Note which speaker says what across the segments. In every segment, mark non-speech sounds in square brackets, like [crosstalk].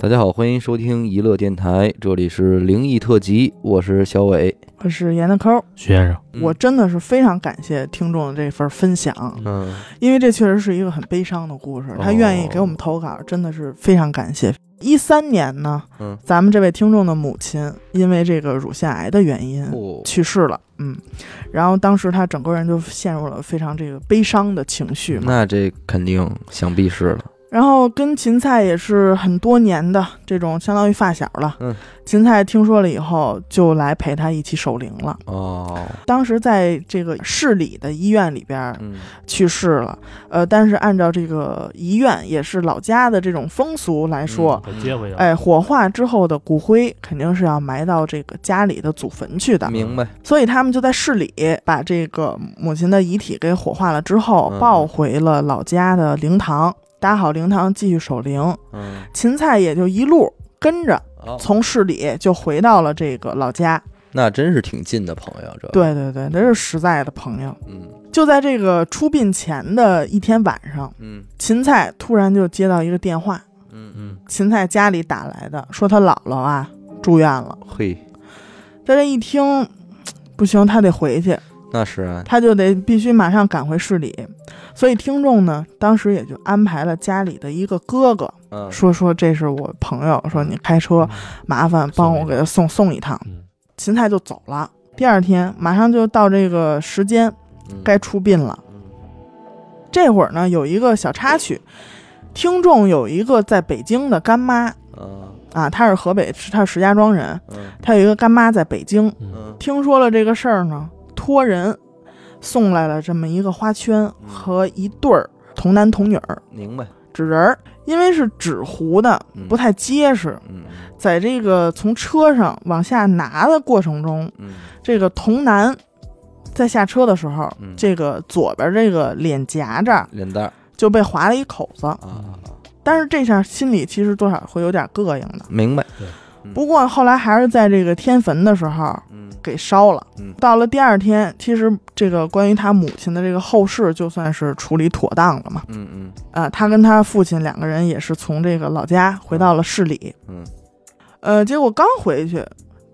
Speaker 1: 大家好，欢迎收听娱乐电台，这里是灵异特辑，我是小伟。
Speaker 2: 我是严的抠儿，
Speaker 3: 徐先生，
Speaker 2: 我真的是非常感谢听众的这份分享，
Speaker 1: 嗯，哦
Speaker 2: 因为这确实是一个很悲伤的故事。他愿意给我们投稿，真的是非常感谢。一三年呢，
Speaker 1: 嗯
Speaker 2: 咱们这位听众的母亲因为这个乳腺癌的原因
Speaker 1: 哦
Speaker 2: 去世了，嗯，然后当时他整个人就陷入了非常这个悲伤的情绪嘛。
Speaker 1: 那这肯定想必是了。
Speaker 2: 然后跟芹菜也是很多年的这种相当于发小了，
Speaker 1: 嗯，
Speaker 2: 芹菜听说了以后就来陪他一起守灵了。
Speaker 1: 哦，
Speaker 2: 当时在这个市里的医院里边儿
Speaker 1: 嗯
Speaker 2: 去世了，呃，但是按照这个遗愿也是老家的这种风俗来
Speaker 1: 嗯
Speaker 2: 说，
Speaker 3: 我接回去了。
Speaker 2: 哎，火化之后的骨灰肯定是要埋到这个家里的祖坟去的，
Speaker 1: 明白。
Speaker 2: 所以他们就在市里把这个母亲的遗体给火化了之后
Speaker 1: 嗯，
Speaker 2: 抱回了老家的灵堂，搭好灵堂继续守灵。
Speaker 1: 嗯，
Speaker 2: 芹菜也就一路跟着
Speaker 1: 哦，
Speaker 2: 从市里就回到了这个老家，
Speaker 1: 那真是挺近的朋友，这，
Speaker 2: 对对对，这是实在的朋友。
Speaker 1: 嗯
Speaker 2: 就在这个出殡前的一天晚上，
Speaker 1: 嗯
Speaker 2: 芹菜突然就接到一个电话，
Speaker 1: 嗯嗯，
Speaker 2: 芹菜家里打来的，说她姥姥啊住院了。
Speaker 1: 嗯嘿，
Speaker 2: 她这一听，不行，她得回去，
Speaker 1: 那是啊，
Speaker 2: 她就得必须马上赶回市里。所以听众呢，当时也就安排了家里的一个哥哥，
Speaker 1: 嗯，
Speaker 2: 说说这是我朋友，说你开车麻烦帮我给他送送一趟。
Speaker 3: 嗯，
Speaker 2: 芹菜就走了。第二天马上就到这个时间，
Speaker 1: 嗯
Speaker 2: 该出殡了。这会儿呢，有一个小插曲，听众有一个在北京的干妈
Speaker 1: 嗯
Speaker 2: 啊，她是河北，她是石家庄人，
Speaker 1: 嗯
Speaker 2: 她有一个干妈在北京，
Speaker 3: 嗯，
Speaker 1: 嗯
Speaker 2: 听说了这个事儿呢，托人送来了这么一个花圈和一对儿童男童女儿
Speaker 1: 明白，
Speaker 2: 纸人儿，因为是纸糊的
Speaker 1: 嗯，
Speaker 2: 不太结实，
Speaker 1: 嗯
Speaker 2: 在这个从车上往下拿的过程中，
Speaker 1: 嗯
Speaker 2: 这个童男在下车的时候，
Speaker 1: 嗯，
Speaker 2: 这个左边这个脸颊这儿
Speaker 1: 脸蛋儿
Speaker 2: 就被划了一口子。
Speaker 1: 啊，
Speaker 2: 但是这下心里其实多少会有点膈应的。
Speaker 1: 明白，
Speaker 2: 不过后来还是在这个天坟的时候
Speaker 1: 嗯
Speaker 2: 给烧了。
Speaker 1: 嗯
Speaker 2: 到了第二天，其实这个关于他母亲的这个后事就算是处理妥当了嘛。
Speaker 1: 嗯嗯
Speaker 2: 呃，他跟他父亲两个人也是从这个老家回到了市里。
Speaker 1: 嗯，
Speaker 2: 呃，结果刚回去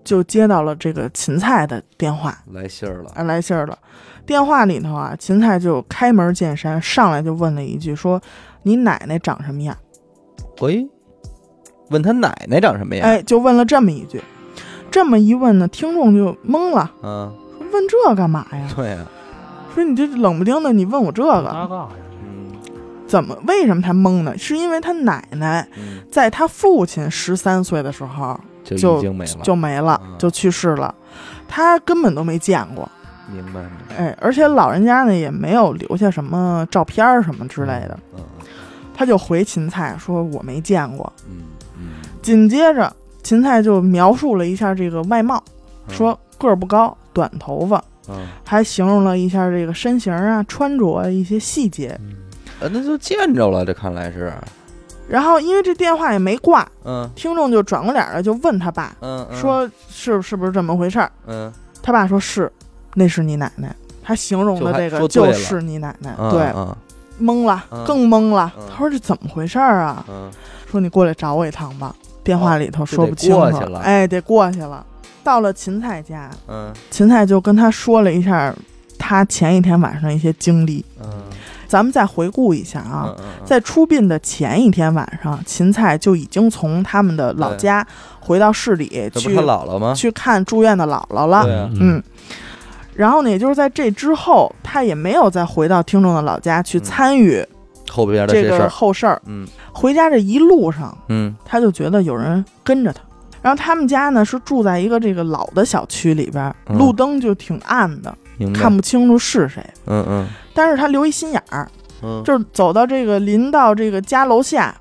Speaker 2: 就接到了这个芹菜的电话，
Speaker 1: 来信儿了，
Speaker 2: 啊，来信儿了。电话里头啊，芹菜就开门见山，上来就问了一句说：“你奶奶长什么样？”
Speaker 1: 喂，问他奶奶长什么样？
Speaker 2: 哎，就问了这么一句，这么一问呢，听众就懵了，
Speaker 1: 嗯，
Speaker 2: 说问这干嘛呀？
Speaker 1: 对啊呀，
Speaker 2: 说你这冷不丁的，你问我这
Speaker 3: 搭
Speaker 2: 个，
Speaker 3: 杠呀，
Speaker 1: 嗯
Speaker 2: 怎么？为什么他懵呢？是因为他奶奶
Speaker 1: 嗯，
Speaker 2: 在他父亲十三岁的时候
Speaker 1: 就
Speaker 2: 就
Speaker 1: 已经没了，
Speaker 2: 就没了
Speaker 1: 啊，
Speaker 2: 就去世了，他根本都没见过。
Speaker 1: 明白明白，
Speaker 2: 哎，而且老人家呢也没有留下什么照片儿什么之类的，
Speaker 1: 嗯
Speaker 2: 他就回芹菜说我没见过。
Speaker 1: 嗯嗯，
Speaker 2: 紧接着芹菜就描述了一下这个外貌，说个儿不高，短头发，
Speaker 1: 嗯，
Speaker 2: 还形容了一下这个身形啊、穿着啊一些细节。
Speaker 3: 嗯，
Speaker 1: 呃，那就见着了，这看来是，
Speaker 2: 然后因为这电话也没挂，
Speaker 1: 嗯
Speaker 2: 听众就转过脸来就问他爸，
Speaker 1: 嗯，嗯，
Speaker 2: 说是是不是这么回事儿？
Speaker 1: 嗯
Speaker 2: 他爸说是，那是你奶奶。他形容的这个
Speaker 1: 就还说对
Speaker 2: 就
Speaker 1: 了
Speaker 2: 是你奶奶，
Speaker 1: 嗯
Speaker 2: 对，
Speaker 1: 嗯
Speaker 2: 懵了
Speaker 1: 嗯，
Speaker 2: 更懵了
Speaker 1: 嗯。
Speaker 2: 他说这怎么回事儿啊？
Speaker 1: 嗯，
Speaker 2: 说你过来找我一趟吧。电话里头说不清
Speaker 1: 哦就得过去
Speaker 2: 楚
Speaker 1: 了，
Speaker 2: 哎，得过去了。到了芹菜家，
Speaker 1: 嗯
Speaker 2: 芹菜就跟他说了一下他前一天晚上的一些经历。
Speaker 1: 嗯
Speaker 2: 咱们再回顾一下啊，
Speaker 1: 嗯嗯，
Speaker 2: 在出殡的前一天晚上，芹菜就已经从他们的老家回到市里
Speaker 1: 这不
Speaker 2: 去
Speaker 1: 他姥姥吗？
Speaker 2: 去看住院的姥姥了
Speaker 1: 对。啊
Speaker 2: 嗯，然后呢，也就是在这之后，他也没有再回到听众的老家去参与
Speaker 1: 后嗯边的
Speaker 2: 这
Speaker 1: 这事
Speaker 2: 个
Speaker 1: 儿，
Speaker 2: 后事儿。
Speaker 1: 嗯
Speaker 2: 回家这一路上，
Speaker 1: 嗯
Speaker 2: 他就觉得有人跟着他。然后他们家呢是住在一个这个老的小区里边，
Speaker 1: 嗯
Speaker 2: 路灯就挺暗的，
Speaker 1: 明白，
Speaker 2: 看不清楚是谁。
Speaker 1: 嗯嗯
Speaker 2: 但是他留一心眼儿，
Speaker 1: 嗯，
Speaker 2: 就是走到这个临到这个家楼下，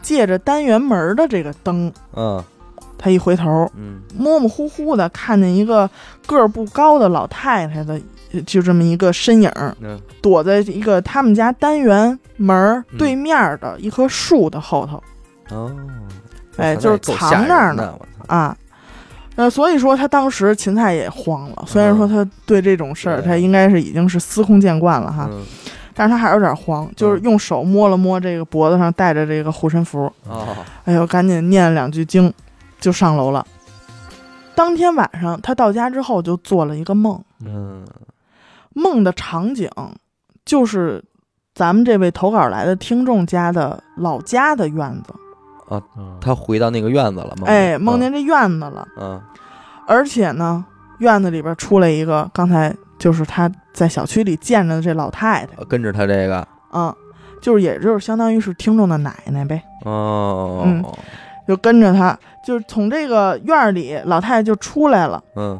Speaker 2: 借着单元门的这个灯，
Speaker 1: 嗯
Speaker 2: 他一回头，
Speaker 1: 嗯
Speaker 2: 模模糊糊的看见一个个儿不高的老太太的，呃就这么一个身影，
Speaker 1: 嗯
Speaker 2: 躲在一个他们家单元门
Speaker 1: 嗯
Speaker 2: 对面的一棵树的后头、
Speaker 1: 哦，
Speaker 2: 哎就是藏那儿呢，
Speaker 1: 我操，
Speaker 2: 啊。呃，所以说他当时芹菜也慌了，虽然说他对这种事儿、
Speaker 1: 嗯对
Speaker 2: 他应该是已经是司空见惯了哈，
Speaker 1: 嗯
Speaker 2: 但是他还有点慌，就是用手摸了摸这个脖子上戴着这个护身符，
Speaker 1: 哦，
Speaker 2: 哎呦，赶紧念了两句经，就上楼了。当天晚上，他到家之后就做了一个梦，
Speaker 1: 嗯
Speaker 2: 梦的场景就是咱们这位投稿来的听众家的老家的院子，
Speaker 3: 嗯
Speaker 1: 他回到那个院子了吗？
Speaker 2: 哎，梦
Speaker 1: 见
Speaker 2: 见这院子了，
Speaker 1: 嗯
Speaker 2: 而且呢，院子里边出来一个，刚才就是他在小区里见着的这老太太，
Speaker 1: 嗯跟着他这个
Speaker 2: 嗯，就是也就是相当于是听众的奶奶呗，嗯
Speaker 1: 哦，
Speaker 2: 就跟着他，就是从这个院儿里，老太太就出来了，
Speaker 1: 嗯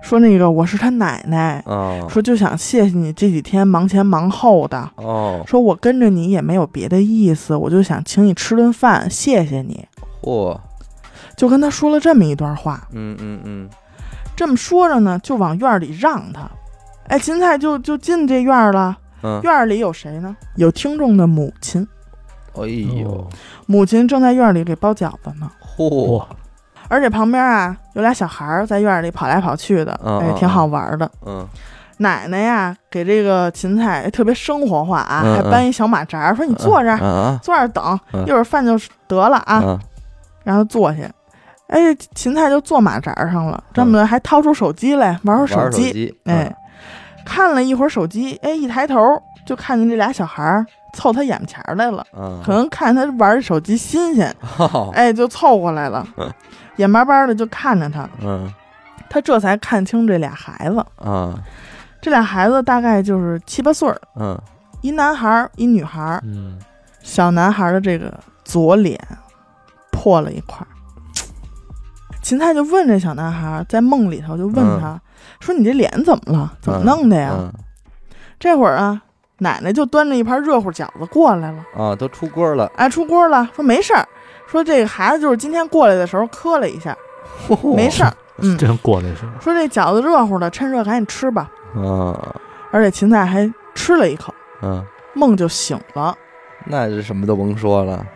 Speaker 2: 说那个我是他奶奶，
Speaker 1: 哦
Speaker 2: 说就想谢谢你这几天忙前忙后的，
Speaker 1: 哦，
Speaker 2: 说我跟着你也没有别的意思，我就想请你吃顿饭，谢谢你，
Speaker 1: 嚯，
Speaker 2: 就跟他说了这么一段话。
Speaker 1: 嗯嗯嗯，
Speaker 2: 这么说着呢，就往院儿里让他。哎，芹菜就就进这院儿了。
Speaker 1: 嗯
Speaker 2: 院儿里有谁呢？有听众的母亲，
Speaker 1: 哎
Speaker 3: 哦
Speaker 1: 呦，
Speaker 2: 母亲正在院儿里给包饺子呢，
Speaker 1: 嚯，
Speaker 3: 哇，
Speaker 2: 而且旁边啊有俩小孩儿在院儿里跑来跑去的，
Speaker 1: 嗯
Speaker 2: 哎，
Speaker 1: 嗯
Speaker 2: 挺好玩儿的。
Speaker 1: 嗯
Speaker 2: 奶奶呀，给这个芹菜哎特别生活化啊，
Speaker 1: 嗯
Speaker 2: 还搬一小马扎儿，说你坐这儿，
Speaker 1: 啊
Speaker 2: 坐这儿等，
Speaker 1: 嗯
Speaker 2: 一会儿饭就得了啊，
Speaker 1: 啊，
Speaker 2: 然后坐下。哎，芹菜就坐马扎儿上了，这么的还掏出手机来玩会儿
Speaker 1: 嗯玩手
Speaker 2: 机，
Speaker 1: 机，嗯
Speaker 2: 哎，看了一会儿手机，哎，一抬头就看见这俩小孩儿凑他眼前儿来了。
Speaker 1: 嗯，哦
Speaker 2: 可能看他玩手机新鲜，
Speaker 1: 好，
Speaker 2: 哎，就凑过来了， [laughs] 眼巴巴的就看着他，
Speaker 1: 嗯
Speaker 2: 他这才看清这俩孩子，
Speaker 1: 啊
Speaker 2: 这俩孩子大概就是七八岁儿，
Speaker 1: 嗯，
Speaker 2: 一男孩儿一女孩儿，
Speaker 3: 嗯，
Speaker 2: 小男孩儿的这个左脸破了一块儿。芹菜就问这小男孩儿，在梦里头就问他、说：“你这脸怎么了？怎么弄的呀？”
Speaker 1: 嗯
Speaker 2: 这会儿啊，奶奶就端着一盘热乎饺子过来了。
Speaker 1: 啊，都出锅了，
Speaker 2: 哎，出锅了，说没事儿，说这个孩子就是今天过来的时候磕了一下，
Speaker 1: 哦 [laughs]
Speaker 2: 没事儿。嗯，
Speaker 3: 真过来是吧？
Speaker 2: 说这饺子热乎的，趁热赶紧吃吧。
Speaker 1: 嗯
Speaker 2: 而且芹菜还吃了一口，
Speaker 1: 嗯，
Speaker 2: 梦就醒了。
Speaker 1: 那是什么都甭说了，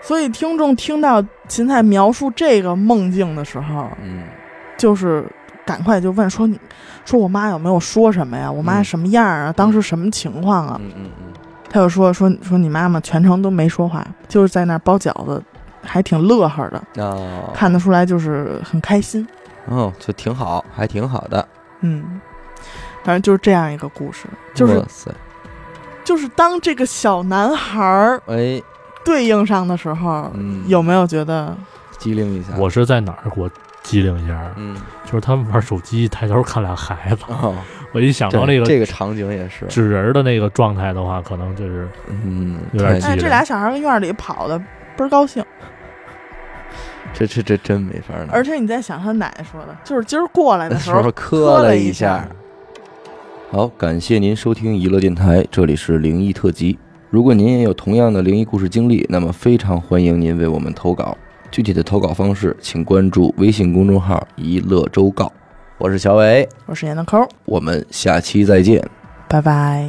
Speaker 2: 所以听众听到芹菜描述这个梦境的时候，
Speaker 1: 嗯
Speaker 2: 就是赶快就问说你，说我妈有没有说什么呀？我妈
Speaker 1: 嗯
Speaker 2: 什么样啊？当时什么情况啊？
Speaker 1: 嗯嗯嗯，
Speaker 2: 他就说说说你妈妈全程都没说话，就是在那儿包饺子，还挺乐呵的，
Speaker 1: 哦那
Speaker 2: 看得出来就是很开心。
Speaker 1: 哦，就挺好，还挺好的，
Speaker 2: 嗯，反正就是这样一个故事，就是
Speaker 1: 哇塞，
Speaker 2: 就是当这个小男孩儿
Speaker 1: 哎，
Speaker 2: 对应上的时候，
Speaker 1: 嗯，
Speaker 2: 有没有觉得
Speaker 1: 机灵一下，
Speaker 3: 我是在哪儿给我机灵一下？
Speaker 1: 嗯，
Speaker 3: 就是他们玩手机，抬头看俩孩子，
Speaker 1: 哦，
Speaker 3: 我一想到
Speaker 1: 这
Speaker 3: 那个
Speaker 1: 这个场景也是，
Speaker 3: 纸人儿的那个状态的话，可能就是
Speaker 1: 嗯，
Speaker 3: 有点
Speaker 1: 太
Speaker 3: 急
Speaker 2: 哎，这俩小孩儿跟院儿里跑的倍儿高兴？
Speaker 1: 这这这真没法儿弄，
Speaker 2: 而且你在想他奶奶说的，就是今儿过来
Speaker 1: 那
Speaker 2: 的时
Speaker 1: 时
Speaker 2: 候
Speaker 1: 候磕
Speaker 2: 了
Speaker 1: 了
Speaker 2: 一
Speaker 1: 下
Speaker 2: 下。
Speaker 1: 好，感谢您收听娱乐电台，这里是灵异特辑。如果您也有同样的灵异故事经历，那么非常欢迎您为我们投稿。具体的投稿方式，请关注微信公众号“一乐周告”。我是小伟，
Speaker 2: 我是闫德抠儿，
Speaker 1: 我们下期再见。
Speaker 2: 拜拜。